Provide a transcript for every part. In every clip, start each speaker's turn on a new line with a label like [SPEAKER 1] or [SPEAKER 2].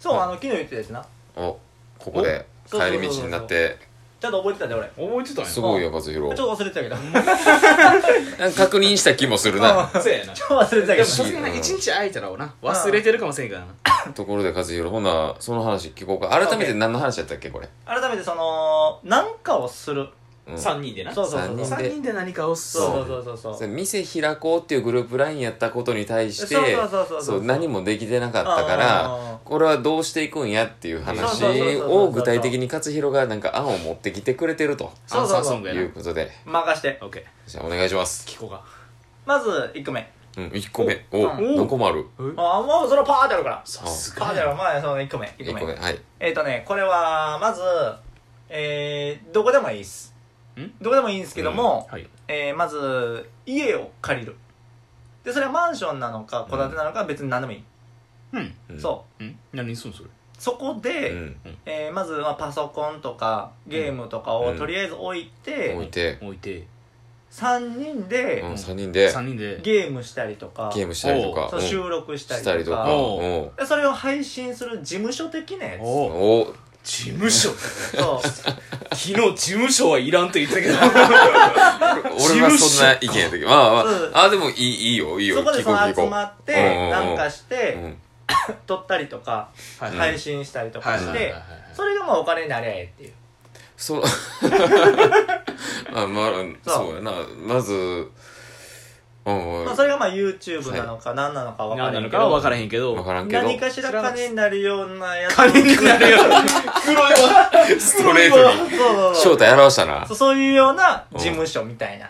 [SPEAKER 1] そうあの昨日言ってたやつな
[SPEAKER 2] おここで
[SPEAKER 1] お
[SPEAKER 2] 帰り道になって
[SPEAKER 1] ちゃんと覚えてたで俺ち
[SPEAKER 3] 思いついたんや
[SPEAKER 2] すごいよ和
[SPEAKER 1] ょ
[SPEAKER 2] 弘
[SPEAKER 1] っと忘れてたけど ち
[SPEAKER 2] 確認した気もするな
[SPEAKER 3] そうやな
[SPEAKER 1] ょっと忘れてたけ
[SPEAKER 3] でも
[SPEAKER 1] ど
[SPEAKER 3] さすがに一日空いたらな忘れてるかもしれんからな
[SPEAKER 2] ところで和弘ほなその話聞こうか改めて何の話やったっけこれ
[SPEAKER 1] 改めてそのなんかをする
[SPEAKER 2] うん
[SPEAKER 3] 3人でな
[SPEAKER 1] そうそう
[SPEAKER 2] 三
[SPEAKER 1] そう
[SPEAKER 2] 人
[SPEAKER 1] そう
[SPEAKER 2] で
[SPEAKER 3] 3人で何かをす
[SPEAKER 1] そ
[SPEAKER 3] そう
[SPEAKER 1] そうそうそう
[SPEAKER 2] そ
[SPEAKER 1] そう
[SPEAKER 2] れ店開こうっていうグループラインやったことに対して
[SPEAKER 1] そうそうそうそう
[SPEAKER 2] そう何もできてなかったから
[SPEAKER 1] ら
[SPEAKER 2] これはどうしていくんやっていう話
[SPEAKER 1] そうそうそうそうそう
[SPEAKER 2] を具体的に勝弘がなんか案を持ってきてくれてると
[SPEAKER 3] アンサーソングや
[SPEAKER 2] い
[SPEAKER 3] な
[SPEAKER 2] うことで
[SPEAKER 1] 任して
[SPEAKER 3] オッケー
[SPEAKER 2] じゃあお願いします
[SPEAKER 3] 聞こうか
[SPEAKER 1] まず1個目
[SPEAKER 2] うん1個目お
[SPEAKER 1] うん
[SPEAKER 2] どこもある
[SPEAKER 1] あもうそれパーってあるから
[SPEAKER 3] さす
[SPEAKER 1] パーっ
[SPEAKER 3] が
[SPEAKER 1] て
[SPEAKER 3] や
[SPEAKER 1] あ
[SPEAKER 3] な
[SPEAKER 1] るまあその1個目1
[SPEAKER 2] 1
[SPEAKER 1] 個
[SPEAKER 2] 個目
[SPEAKER 1] 目
[SPEAKER 2] はい
[SPEAKER 1] えっとねこれはまずえーどこでもいいっす
[SPEAKER 3] ん
[SPEAKER 1] どこでもいいんですけども
[SPEAKER 3] はい
[SPEAKER 1] えーまず家を借りるでそれはマンションなのか戸建てなのか別に何でもいい
[SPEAKER 3] うん
[SPEAKER 2] うん
[SPEAKER 1] そ
[SPEAKER 3] うん何にすんそれ
[SPEAKER 1] うそこ
[SPEAKER 2] う
[SPEAKER 1] で、
[SPEAKER 2] ん
[SPEAKER 1] えーまずはパソコンとかゲームとかを
[SPEAKER 2] うん
[SPEAKER 1] とりあえず置いて、
[SPEAKER 2] 置いて
[SPEAKER 3] 置いて
[SPEAKER 1] 3人で
[SPEAKER 2] うん
[SPEAKER 3] ん
[SPEAKER 2] 3人で
[SPEAKER 3] 3人で
[SPEAKER 1] ゲームしたりとか
[SPEAKER 2] ゲームしたりとか
[SPEAKER 1] そう
[SPEAKER 2] うん
[SPEAKER 1] 収録した
[SPEAKER 2] した
[SPEAKER 1] り
[SPEAKER 2] り
[SPEAKER 1] と
[SPEAKER 2] と
[SPEAKER 1] か
[SPEAKER 2] か
[SPEAKER 3] おう
[SPEAKER 2] うん
[SPEAKER 1] でそれを配信する事務所的なやつ
[SPEAKER 3] おう
[SPEAKER 2] お
[SPEAKER 3] 事務所
[SPEAKER 1] そう
[SPEAKER 3] 昨日事務所はいらんと言ってたけど
[SPEAKER 2] 俺はそんな意見やったけどまあま
[SPEAKER 1] うん
[SPEAKER 2] ああでもいいいいよい いよ
[SPEAKER 1] そこで
[SPEAKER 2] 聞こ
[SPEAKER 1] そうの
[SPEAKER 2] 聞こ
[SPEAKER 1] 集
[SPEAKER 2] う
[SPEAKER 1] まっ
[SPEAKER 2] うんうんう
[SPEAKER 1] て
[SPEAKER 2] ん
[SPEAKER 1] なんかして、
[SPEAKER 2] うん
[SPEAKER 1] 撮ったりとか
[SPEAKER 3] は
[SPEAKER 2] うん
[SPEAKER 1] 配信したりとかして、
[SPEAKER 3] はいはいはいはい
[SPEAKER 1] それがまあお金になれえっていう
[SPEAKER 2] そ
[SPEAKER 1] そう
[SPEAKER 2] あ まあそうやなまずうん
[SPEAKER 1] まあ、それがまあ YouTube なのか何なのか分から
[SPEAKER 3] 何
[SPEAKER 1] な
[SPEAKER 3] ない
[SPEAKER 1] け
[SPEAKER 3] の
[SPEAKER 1] ど、
[SPEAKER 3] かは分からへんけ
[SPEAKER 2] 分
[SPEAKER 3] ど
[SPEAKER 2] からんけど
[SPEAKER 1] 何かしら金になるようなやつ
[SPEAKER 3] 金になるよ黒いわ
[SPEAKER 2] ストレートに
[SPEAKER 1] そうそうそう
[SPEAKER 2] 正体表したな
[SPEAKER 1] そうそういうような事務所みたいな、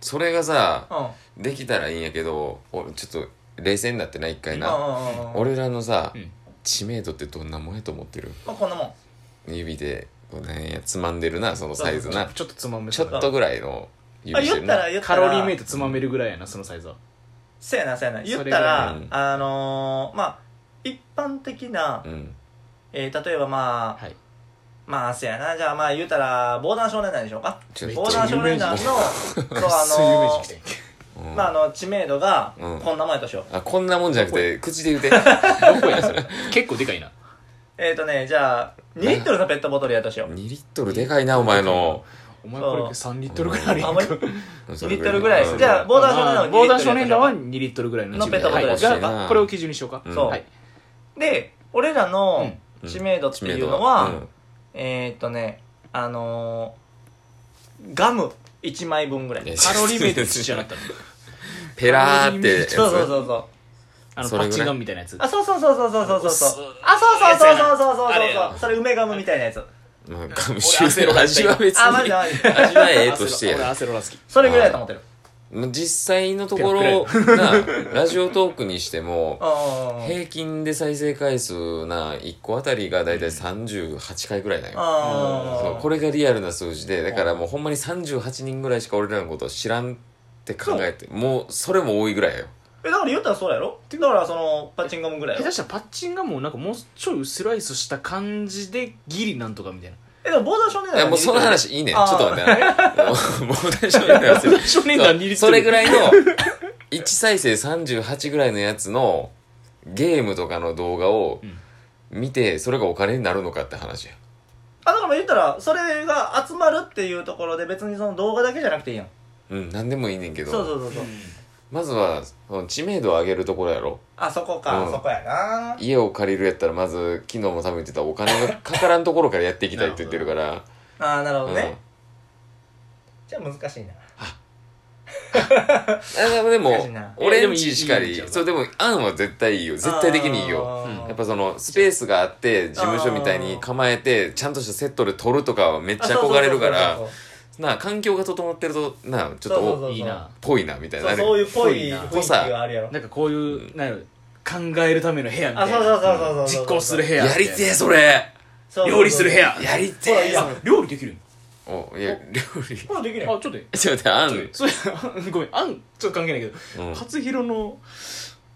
[SPEAKER 2] それがさ
[SPEAKER 1] うん、うん
[SPEAKER 2] できたらいいんやけど俺ちょっと冷静になってない一回な
[SPEAKER 1] うんうんうん
[SPEAKER 2] 俺らのさ
[SPEAKER 3] うん
[SPEAKER 2] 知名度ってどんなもんやと思ってる
[SPEAKER 1] まあこんなもん
[SPEAKER 2] 指でこうなんやつまんでるなそのサイズな
[SPEAKER 3] ちょっとつまめ
[SPEAKER 2] ちょっとぐらいの
[SPEAKER 1] あ
[SPEAKER 2] 指して
[SPEAKER 1] 言
[SPEAKER 2] る
[SPEAKER 1] ったら
[SPEAKER 2] な
[SPEAKER 1] 言った
[SPEAKER 3] カ
[SPEAKER 1] ら
[SPEAKER 3] ロリーメイトつまめるぐらいやなそのサイズは
[SPEAKER 1] せやなせやな言っ
[SPEAKER 3] それ
[SPEAKER 1] たら、
[SPEAKER 2] がうん
[SPEAKER 1] あのー、まあ一般的な、
[SPEAKER 2] うん
[SPEAKER 1] えー、例えばまあ
[SPEAKER 3] はい
[SPEAKER 1] まあせやなじゃあまあ言うたら防弾少年団でしょうか
[SPEAKER 2] ちょっと
[SPEAKER 1] 防弾少年団のそう
[SPEAKER 3] そういうイ
[SPEAKER 1] あ
[SPEAKER 3] メージき
[SPEAKER 1] の
[SPEAKER 3] てんけ
[SPEAKER 2] うん
[SPEAKER 1] まああの知名度が
[SPEAKER 2] うん
[SPEAKER 1] こんなもんやとしよう、
[SPEAKER 2] あこんなもんじゃなくて口で言 うて
[SPEAKER 3] どどこやそれ結構でかいな
[SPEAKER 1] えっ、ー、とねじゃあ2リットルのペットボトルやとしよう
[SPEAKER 2] 2リットルでかいなお前の
[SPEAKER 3] お前これ3リットルぐらいあるや
[SPEAKER 1] あ
[SPEAKER 3] ん
[SPEAKER 1] まり
[SPEAKER 3] か
[SPEAKER 2] 2
[SPEAKER 1] 2リットルぐらいですじゃあ防弾少年団は2リットル
[SPEAKER 3] 防
[SPEAKER 1] や
[SPEAKER 3] 弾
[SPEAKER 1] としよ
[SPEAKER 3] 少
[SPEAKER 1] うのペッ
[SPEAKER 3] 年らは2リットルぐらいの
[SPEAKER 1] トボトル
[SPEAKER 3] はい
[SPEAKER 1] です
[SPEAKER 3] じ
[SPEAKER 1] ね
[SPEAKER 3] ゃあこれを基準にしようか
[SPEAKER 2] うん
[SPEAKER 1] そう
[SPEAKER 3] はい
[SPEAKER 1] で俺らの知名度っていうのは、えー、っとねあのー、ガム1枚分ぐらい
[SPEAKER 2] いや
[SPEAKER 3] カロリーメイトじゃなかったの
[SPEAKER 2] ペラーってやつ
[SPEAKER 1] そうそうそうそう
[SPEAKER 3] あの
[SPEAKER 2] それぐら
[SPEAKER 3] パ
[SPEAKER 2] い
[SPEAKER 3] チンガンみたいなやつ
[SPEAKER 1] あそうそうそうそうそうそうそうそうあそうそうそうそうそうそうそうそれ梅ガムみたいなやつ
[SPEAKER 2] まあガムシュの味は別に
[SPEAKER 1] あマジでマジで
[SPEAKER 2] 味はええとしてや
[SPEAKER 3] 俺
[SPEAKER 2] な
[SPEAKER 3] アセロラ好き
[SPEAKER 1] それぐらいだと思ってる
[SPEAKER 2] 実際のところなラジオトークにしても
[SPEAKER 1] うんうんうん
[SPEAKER 2] 平均で再生回数な1個あたりが大体38回ぐらいなんよそうこれがリアルな数字でだからもうほんまに38人ぐらいしか俺らのことを知らんって考えてもうそれも多いぐらいよ
[SPEAKER 1] えだから言ったらそうやろだからそのパチンガムぐらい
[SPEAKER 3] 下
[SPEAKER 1] やろ
[SPEAKER 3] 手したらパッチンがもうなんかもうちょいスライスした感じでギリなんとかみたいな
[SPEAKER 1] えでもボーダー少年
[SPEAKER 2] いやもうその話いいねんちょっと待ってなもうもう大丈夫だよ
[SPEAKER 3] 防弾少年団2リットル
[SPEAKER 2] それぐらいの1再生38ぐらいのやつのゲームとかの動画を
[SPEAKER 3] うん
[SPEAKER 2] 見てそれがお金になるのかって話や
[SPEAKER 1] あだから言ったらそれが集まるっていうところで別にその動画だけじゃなくていいやん
[SPEAKER 2] うん何でもいいねんけど
[SPEAKER 1] そうそうそうそう
[SPEAKER 2] まずはその知名度を上げるところやろ
[SPEAKER 1] あそこか
[SPEAKER 2] うん
[SPEAKER 1] そこやな
[SPEAKER 2] 家を借りるやったらまず昨日も多分言ってたお金がかからんところからやっていきたいって言ってるから
[SPEAKER 1] あーなるほ
[SPEAKER 2] う
[SPEAKER 1] ど
[SPEAKER 2] ん
[SPEAKER 1] ねじゃあ難しいな
[SPEAKER 2] あでも
[SPEAKER 1] 難しいな
[SPEAKER 2] 俺んちしか
[SPEAKER 3] いやでもい
[SPEAKER 2] り
[SPEAKER 3] いいいんちゃうか
[SPEAKER 2] そうでも案は絶対いいよ絶対的にいいよ
[SPEAKER 1] あー
[SPEAKER 2] やっぱそのスペースがあって事務所みたいに構えてちゃんとしたセットで撮るとかはめっちゃ憧れるから
[SPEAKER 1] あそうそうそうそう
[SPEAKER 2] なあ環境が整ってるとなあちょっ
[SPEAKER 1] そうそう
[SPEAKER 2] と
[SPEAKER 1] そう
[SPEAKER 2] お
[SPEAKER 3] いいな
[SPEAKER 2] ぽいなみたいに
[SPEAKER 1] そ
[SPEAKER 2] な
[SPEAKER 1] う
[SPEAKER 2] る
[SPEAKER 1] そういうっぽい
[SPEAKER 3] ぽいな
[SPEAKER 1] 雰囲気があるやろ
[SPEAKER 3] なんかこういうなんやろ考えるための部屋みた
[SPEAKER 1] あ
[SPEAKER 3] い
[SPEAKER 1] そうそう
[SPEAKER 3] な
[SPEAKER 1] そうそうそうそう
[SPEAKER 3] 実行する部屋
[SPEAKER 2] やりてえそれ
[SPEAKER 1] そうそうそう
[SPEAKER 3] 料理する部屋
[SPEAKER 2] やりて
[SPEAKER 1] ほらい
[SPEAKER 2] え
[SPEAKER 1] いやん
[SPEAKER 3] あ料理できるん
[SPEAKER 2] おいや料理
[SPEAKER 1] ほらできる
[SPEAKER 3] あち
[SPEAKER 1] やん
[SPEAKER 3] ょっとね
[SPEAKER 2] ちょっと待ってあん
[SPEAKER 3] それごめんあんちょっと関係ないけど
[SPEAKER 2] うん
[SPEAKER 3] 初広の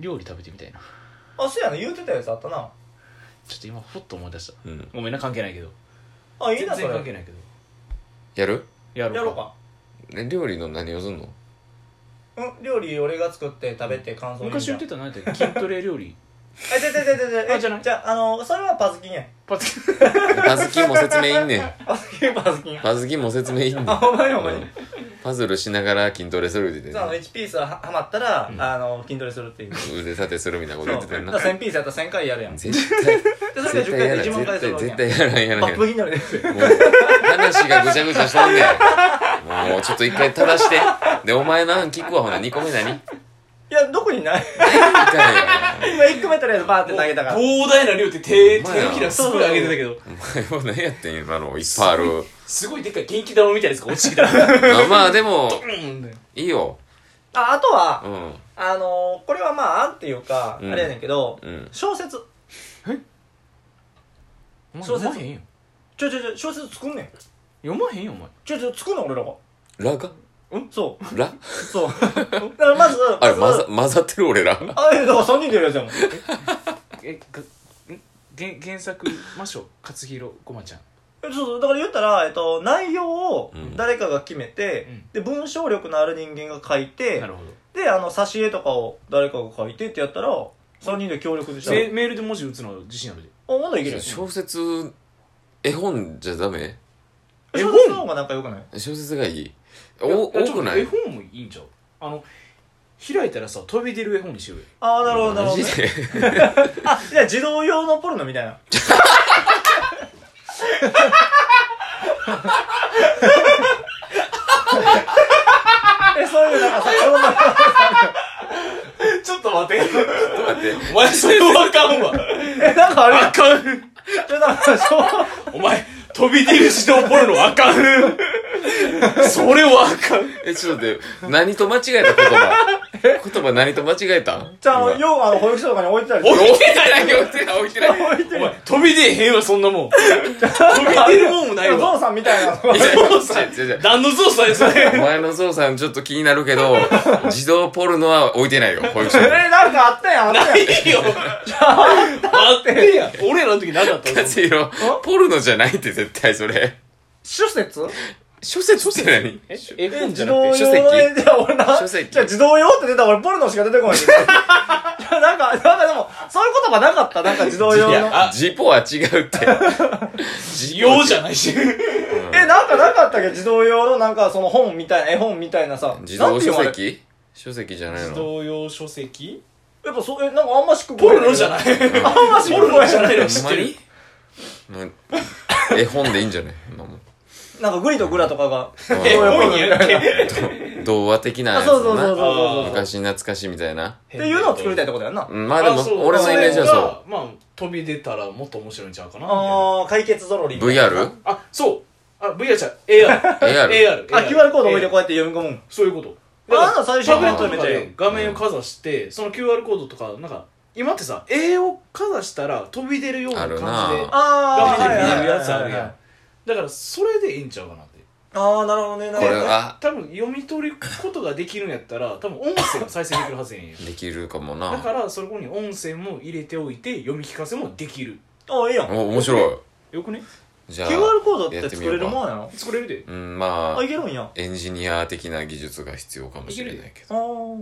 [SPEAKER 3] 料理食べてみたいな
[SPEAKER 1] あそうやな言うてたやつあったな
[SPEAKER 3] ちょっと今ふっと思い出した
[SPEAKER 2] うん
[SPEAKER 3] ごめんな関係ないけど
[SPEAKER 1] あいい
[SPEAKER 3] 全
[SPEAKER 1] なそれ
[SPEAKER 3] 然関
[SPEAKER 1] や
[SPEAKER 3] 係ないけど
[SPEAKER 2] やる
[SPEAKER 3] やろうか
[SPEAKER 1] ろうか
[SPEAKER 2] ね料理の何をすんの
[SPEAKER 1] うん料理俺が作って食べて感想言うん
[SPEAKER 3] 昔
[SPEAKER 1] じゃ
[SPEAKER 3] 言
[SPEAKER 1] ん
[SPEAKER 3] ってた何だっけ筋トレ料理
[SPEAKER 1] え、ででででで、え
[SPEAKER 3] あじゃない
[SPEAKER 1] じゃあ、あの、それはパズキンや。
[SPEAKER 3] パツキ
[SPEAKER 2] パズキンも説明いんねん
[SPEAKER 1] パズキン、パズキンや。
[SPEAKER 2] パズキンも説明いんねん
[SPEAKER 1] あ、ほんまにほんま
[SPEAKER 2] う
[SPEAKER 1] に
[SPEAKER 2] ん。パズルしながら筋トレするって言
[SPEAKER 1] そうあ
[SPEAKER 2] っ
[SPEAKER 1] の、
[SPEAKER 2] て
[SPEAKER 1] 1ピースははまったら、あの、筋トレするっていう。そ
[SPEAKER 2] んねん腕立てするみたいな
[SPEAKER 1] う。
[SPEAKER 2] こと
[SPEAKER 1] だ
[SPEAKER 2] 言ってたよ
[SPEAKER 1] か
[SPEAKER 2] な
[SPEAKER 1] ら1000ピースやったら1000回やるやん。で、
[SPEAKER 2] 絶対
[SPEAKER 1] それが
[SPEAKER 2] 絶
[SPEAKER 1] 10
[SPEAKER 2] 対や
[SPEAKER 1] 回
[SPEAKER 2] ら
[SPEAKER 1] で1万回するわけ
[SPEAKER 2] 絶
[SPEAKER 1] やん。
[SPEAKER 2] 対やらんやら
[SPEAKER 1] バ
[SPEAKER 2] ん
[SPEAKER 1] ッ
[SPEAKER 2] やらんも
[SPEAKER 1] プ
[SPEAKER 2] う
[SPEAKER 1] 筋トレですよ。
[SPEAKER 2] 話がぐちゃぐちゃしとんねんもうちょっと一回正してでお前の案聞くわほな2個目何何
[SPEAKER 1] いや、どこにない
[SPEAKER 2] かよ
[SPEAKER 1] 今1個目とりあえずバーって投げたから。
[SPEAKER 3] 膨大な量って手手
[SPEAKER 2] ほんまや
[SPEAKER 3] のひらすごい上げてたけど
[SPEAKER 2] お前は何やってん今のいっぱいある
[SPEAKER 3] すごいでっかい元気玉みたいですか落ちてきたう
[SPEAKER 2] まあまあでも
[SPEAKER 3] ん
[SPEAKER 2] いいよ
[SPEAKER 1] あ、あとは
[SPEAKER 2] う、ん
[SPEAKER 1] あのー、これはまあ、なんていうか、あ
[SPEAKER 2] うん
[SPEAKER 1] れやねんけど、
[SPEAKER 2] うん
[SPEAKER 1] 小説。
[SPEAKER 3] お前
[SPEAKER 1] そう
[SPEAKER 3] 読
[SPEAKER 1] そう
[SPEAKER 3] まへんよ
[SPEAKER 1] ちょちょちょ、小説作んねん。
[SPEAKER 3] 読まへんよお前
[SPEAKER 1] ちょちょ、作んの俺らが。
[SPEAKER 2] ラが
[SPEAKER 1] うんそう。
[SPEAKER 2] ラ
[SPEAKER 1] そう。だからまず、
[SPEAKER 2] あれ
[SPEAKER 1] ま
[SPEAKER 2] 混
[SPEAKER 1] ず
[SPEAKER 2] ざ、混ざってる俺ら
[SPEAKER 1] あ、いや、だから3人でやるやつやもん。
[SPEAKER 3] えがん原原作魔女勝弘ごまちゃん
[SPEAKER 1] そうそうだから言ったら、えっと、内容を誰かが決めて、
[SPEAKER 3] うん
[SPEAKER 1] で文章力のある人間が書いて
[SPEAKER 3] なるほど
[SPEAKER 1] であの挿絵とかを誰かが書いてってやったら3人で協力でしたら
[SPEAKER 3] メメールで文字打つのは自信あるで
[SPEAKER 1] あまだいけるよ
[SPEAKER 2] 小説絵本じゃダメ
[SPEAKER 1] え小説の方がなんかよくない
[SPEAKER 2] 小説がいいお
[SPEAKER 3] いや
[SPEAKER 2] 多くない
[SPEAKER 3] ちょっと絵本もいいんちゃうあの開いたらさ飛び出る絵本にしようよ
[SPEAKER 1] ああなるほどなるほど、
[SPEAKER 2] マ
[SPEAKER 1] ね
[SPEAKER 2] ジ、で
[SPEAKER 1] あじゃあ児童用のポルノみたいなえそういうなんかさ
[SPEAKER 3] ちょっと待って。ちょっと待 って。お前、それはあかんわ。
[SPEAKER 1] えなんかあれ
[SPEAKER 3] あかん。
[SPEAKER 1] えなんか小
[SPEAKER 3] お前、飛び出る自動ポルノはあかん。それはあかん。
[SPEAKER 2] えちょっと待って何と間違えた言 葉言葉何と間違えたん
[SPEAKER 1] ちゃん
[SPEAKER 2] 今
[SPEAKER 1] ようあの保育所とかに置いてたり
[SPEAKER 3] お
[SPEAKER 1] する
[SPEAKER 2] 置いてないよ置 いてない置いてない
[SPEAKER 1] 置いて
[SPEAKER 3] お
[SPEAKER 1] る
[SPEAKER 3] 前、飛び出えへんわ、そんなもん。飛び出るもんもない
[SPEAKER 1] ゾ
[SPEAKER 3] わ。
[SPEAKER 1] ウさんみたいなのが
[SPEAKER 3] ゾウさん
[SPEAKER 2] 違う違う違う
[SPEAKER 3] 何のゾウさんや、そ
[SPEAKER 2] お
[SPEAKER 3] れ。
[SPEAKER 2] 前のゾウさんちょっと気になるけど自動ポルノは置いてないよ 保育所に
[SPEAKER 1] え、なんかあったやん、あったやん。
[SPEAKER 3] ないよ。待ってや。俺らの時なかったぞ。
[SPEAKER 2] 達弘ポルノじゃないって絶対それ
[SPEAKER 1] 諸説
[SPEAKER 2] 小説って何
[SPEAKER 3] え、絵
[SPEAKER 1] え、
[SPEAKER 3] 本
[SPEAKER 1] 自
[SPEAKER 3] じゃな
[SPEAKER 1] 動
[SPEAKER 3] くて
[SPEAKER 1] 用
[SPEAKER 2] 書籍
[SPEAKER 1] の、じゃあ俺な、
[SPEAKER 2] 書籍
[SPEAKER 1] じゃあ自動用って出たら俺ポルノしか出てこない。いやなんか、なんかでも、そういう言葉なかったなんか自動用
[SPEAKER 3] い
[SPEAKER 1] の。え、
[SPEAKER 3] や、あ、
[SPEAKER 2] ジポは違う ってジポ
[SPEAKER 3] 用じゃないし。
[SPEAKER 1] なんかなかったっけ自動用のなんかその本みたいな、絵本みたいなさ。
[SPEAKER 2] 自
[SPEAKER 1] な
[SPEAKER 2] 動
[SPEAKER 1] んていう
[SPEAKER 2] 書
[SPEAKER 1] のあれ
[SPEAKER 2] 籍書籍じゃない
[SPEAKER 3] 自
[SPEAKER 2] の
[SPEAKER 3] 動用書籍
[SPEAKER 1] やっぱそう、え、なんかあんましく。
[SPEAKER 3] ポルノじゃないい。
[SPEAKER 1] あんましく。
[SPEAKER 3] ポルノじゃないいの
[SPEAKER 2] ほ
[SPEAKER 3] 知
[SPEAKER 2] ん
[SPEAKER 3] っ
[SPEAKER 2] ま
[SPEAKER 3] て
[SPEAKER 2] に
[SPEAKER 3] る。
[SPEAKER 2] な絵本でいいんじゃないそんなもん
[SPEAKER 1] なんかグリとグラとかが。
[SPEAKER 3] 絵
[SPEAKER 1] どういうこ
[SPEAKER 3] 本
[SPEAKER 1] と
[SPEAKER 3] やっけ。
[SPEAKER 2] 童話的な
[SPEAKER 1] あ
[SPEAKER 2] やつ
[SPEAKER 1] そうそうそうそうそ
[SPEAKER 2] な
[SPEAKER 1] うそう。っ
[SPEAKER 2] 昔懐かしみたいな
[SPEAKER 1] ていうのを作りたいってことやんな。
[SPEAKER 2] うんまあでも
[SPEAKER 3] そう
[SPEAKER 2] 俺のイメージは
[SPEAKER 3] それ
[SPEAKER 2] そ
[SPEAKER 3] がまあ飛び出たらもっと面白いんちゃうかなみたいな
[SPEAKER 1] あー、解決ゾロリ
[SPEAKER 2] う
[SPEAKER 1] みたいな。
[SPEAKER 2] VR?
[SPEAKER 3] あそうあ VR じゃん AR
[SPEAKER 2] AR?
[SPEAKER 1] あ、QR コード置いてこうやって読み込むん。
[SPEAKER 3] そういうこと
[SPEAKER 1] あなんだ最初
[SPEAKER 3] タブレット
[SPEAKER 1] めっ
[SPEAKER 3] と
[SPEAKER 1] ち
[SPEAKER 3] か
[SPEAKER 1] ゃええ
[SPEAKER 3] で画面をかざしてその QR コードとかなんか今ってさ絵をかざしたら飛び出るような感じ
[SPEAKER 2] あ
[SPEAKER 3] で
[SPEAKER 2] るな
[SPEAKER 1] あー、
[SPEAKER 3] 画
[SPEAKER 1] はいはい
[SPEAKER 3] 面
[SPEAKER 1] は
[SPEAKER 3] で
[SPEAKER 1] いはい
[SPEAKER 3] 見えるやつあるやんだからそれでいいんちゃうかなって
[SPEAKER 1] ああ、なるほどね。な
[SPEAKER 2] こ
[SPEAKER 1] るほ
[SPEAKER 2] れ
[SPEAKER 1] どね
[SPEAKER 2] は
[SPEAKER 3] 多分読み取ることができるんやったら多分音声が再生できるはずやん や
[SPEAKER 2] できるかも
[SPEAKER 3] だ
[SPEAKER 2] な
[SPEAKER 3] からそこに音声も入れておいて読み聞かせもできる
[SPEAKER 1] あいいやん。QR
[SPEAKER 2] お面白い
[SPEAKER 3] よくね
[SPEAKER 2] じゃあ
[SPEAKER 1] コードって作れるもんやな。
[SPEAKER 3] 作れるで
[SPEAKER 2] うんま
[SPEAKER 1] あ、い
[SPEAKER 2] あ
[SPEAKER 1] けるんや。あ
[SPEAKER 2] エンジニア的な技術が必要かもしれないけ
[SPEAKER 1] あ。ほ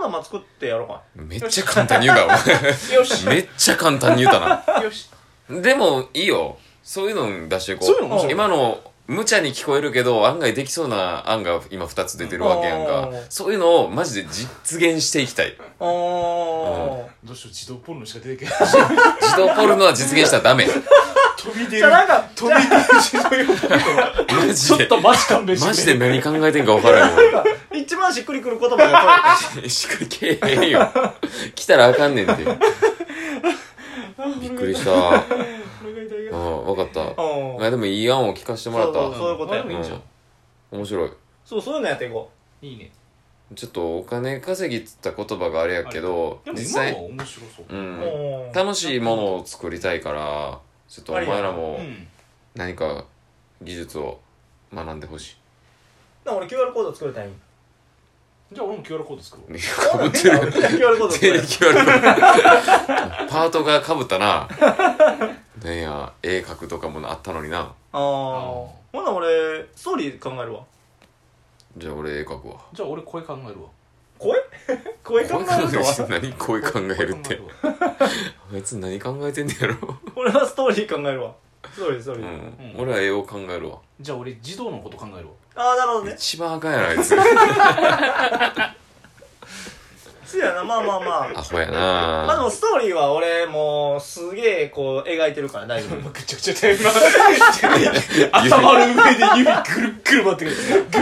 [SPEAKER 1] な、まあ作ってやろうか。
[SPEAKER 2] どめっちゃ簡単に言う から
[SPEAKER 3] よし
[SPEAKER 2] お前めっちゃ簡単に言うた
[SPEAKER 3] よし
[SPEAKER 2] なでもいいよそういうの出していこ
[SPEAKER 3] そういうの面
[SPEAKER 1] 白
[SPEAKER 2] う
[SPEAKER 1] い
[SPEAKER 2] 今の無茶に聞こえるけど案外できそうな案が今2つ出てるわけやんか
[SPEAKER 1] うんあー
[SPEAKER 2] そういうのをマジで実現していきたい
[SPEAKER 1] あー。
[SPEAKER 3] どうしよう自動ポルノしか出 てけない
[SPEAKER 2] 自動ポルノは実現したらダメ
[SPEAKER 3] 飛び出
[SPEAKER 1] じゃあなんか、
[SPEAKER 3] 飛び出る自動用ポルノは
[SPEAKER 2] マ
[SPEAKER 3] ち
[SPEAKER 2] ジ
[SPEAKER 3] ょっ
[SPEAKER 2] で
[SPEAKER 3] とマジ勘弁して
[SPEAKER 2] マジで何考えてんか分からんよ
[SPEAKER 1] なんか、一番しっくりくる言葉がこ
[SPEAKER 2] しっかりけえへん よ来たらあかんねんてびっくりした
[SPEAKER 3] お願いだ
[SPEAKER 2] う
[SPEAKER 3] よ
[SPEAKER 2] ん分かった
[SPEAKER 1] れ。
[SPEAKER 2] まあでもいい案を聞かせてもらった
[SPEAKER 1] そういうことや
[SPEAKER 3] あでもいいんじゃん
[SPEAKER 2] うん面白い
[SPEAKER 1] そう、そういうのやっていこ
[SPEAKER 3] いいね
[SPEAKER 2] ちょっとお金稼ぎっつった言葉があれやけど
[SPEAKER 3] でも
[SPEAKER 2] 実
[SPEAKER 3] 今のは
[SPEAKER 2] 際、
[SPEAKER 3] 面白そう
[SPEAKER 2] う
[SPEAKER 1] う。
[SPEAKER 2] ん、
[SPEAKER 1] うん
[SPEAKER 2] 楽しいものを作りたいからちょっとお前らも
[SPEAKER 3] ん
[SPEAKER 2] 何か技術を学んでほし
[SPEAKER 1] な俺 QR コード作れたらいい。
[SPEAKER 3] じゃあ俺も QR コード作ろう
[SPEAKER 2] い
[SPEAKER 1] ほ
[SPEAKER 2] からぶ
[SPEAKER 1] みんな
[SPEAKER 2] ってる
[SPEAKER 1] QR コード作
[SPEAKER 2] 手
[SPEAKER 1] れ
[SPEAKER 2] で
[SPEAKER 1] る。
[SPEAKER 2] 決まるパートがかぶったななんや絵描くとかもあったのにな
[SPEAKER 1] ああ。ほな俺、ストーリー考えるわ。
[SPEAKER 2] じゃあ俺絵描くわ
[SPEAKER 3] じゃあ俺声考えるわ
[SPEAKER 1] 声声考
[SPEAKER 2] 声考
[SPEAKER 1] える
[SPEAKER 2] え
[SPEAKER 1] と
[SPEAKER 2] る
[SPEAKER 1] は
[SPEAKER 2] 何声考えるって
[SPEAKER 3] こう考
[SPEAKER 2] あいつ何考えてんねやろ、
[SPEAKER 1] 俺はストーリー考えるわストーリーストー
[SPEAKER 2] う
[SPEAKER 1] リ
[SPEAKER 2] ん
[SPEAKER 1] ー、
[SPEAKER 3] ん
[SPEAKER 2] 俺は絵を考えるわ
[SPEAKER 3] じゃあ俺児童のこと考えるわ
[SPEAKER 1] ああなるほどね
[SPEAKER 2] 一番あかんやろ あいつ
[SPEAKER 1] そうやなまあまあまあ
[SPEAKER 2] アホや
[SPEAKER 1] まあで
[SPEAKER 2] な
[SPEAKER 1] もストーリーは俺もうすげえこう描いてるから大丈夫
[SPEAKER 3] ぐちゃぐちゃだよ今 頭の上で指くるっくる回ってくる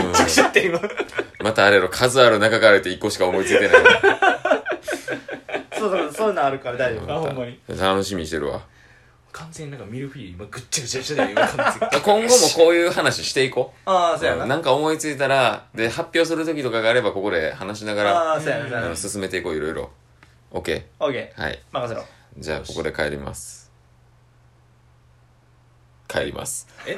[SPEAKER 3] ぐっちゃぐちゃって今
[SPEAKER 2] またあれやろ数ある中からやって一個しか思いついてない
[SPEAKER 1] そうそうそういうのあるから大丈夫
[SPEAKER 3] あほんまに
[SPEAKER 2] 楽しみにしてるわ
[SPEAKER 3] 完全になんかミルフィーユ今ぐっちゃぐちゃしてたよ今完全に
[SPEAKER 2] 今後もこういう話していこ
[SPEAKER 1] ああ
[SPEAKER 2] う
[SPEAKER 1] そうやな
[SPEAKER 2] なんか思いついたらで発表する時とかがあればここで話しながら
[SPEAKER 1] ああそうやなそうや
[SPEAKER 2] あ
[SPEAKER 1] な
[SPEAKER 2] の進めていこういろいろ OK
[SPEAKER 1] オッケー
[SPEAKER 2] はい
[SPEAKER 1] 任せろ
[SPEAKER 2] じゃあここで帰ります帰ります
[SPEAKER 3] え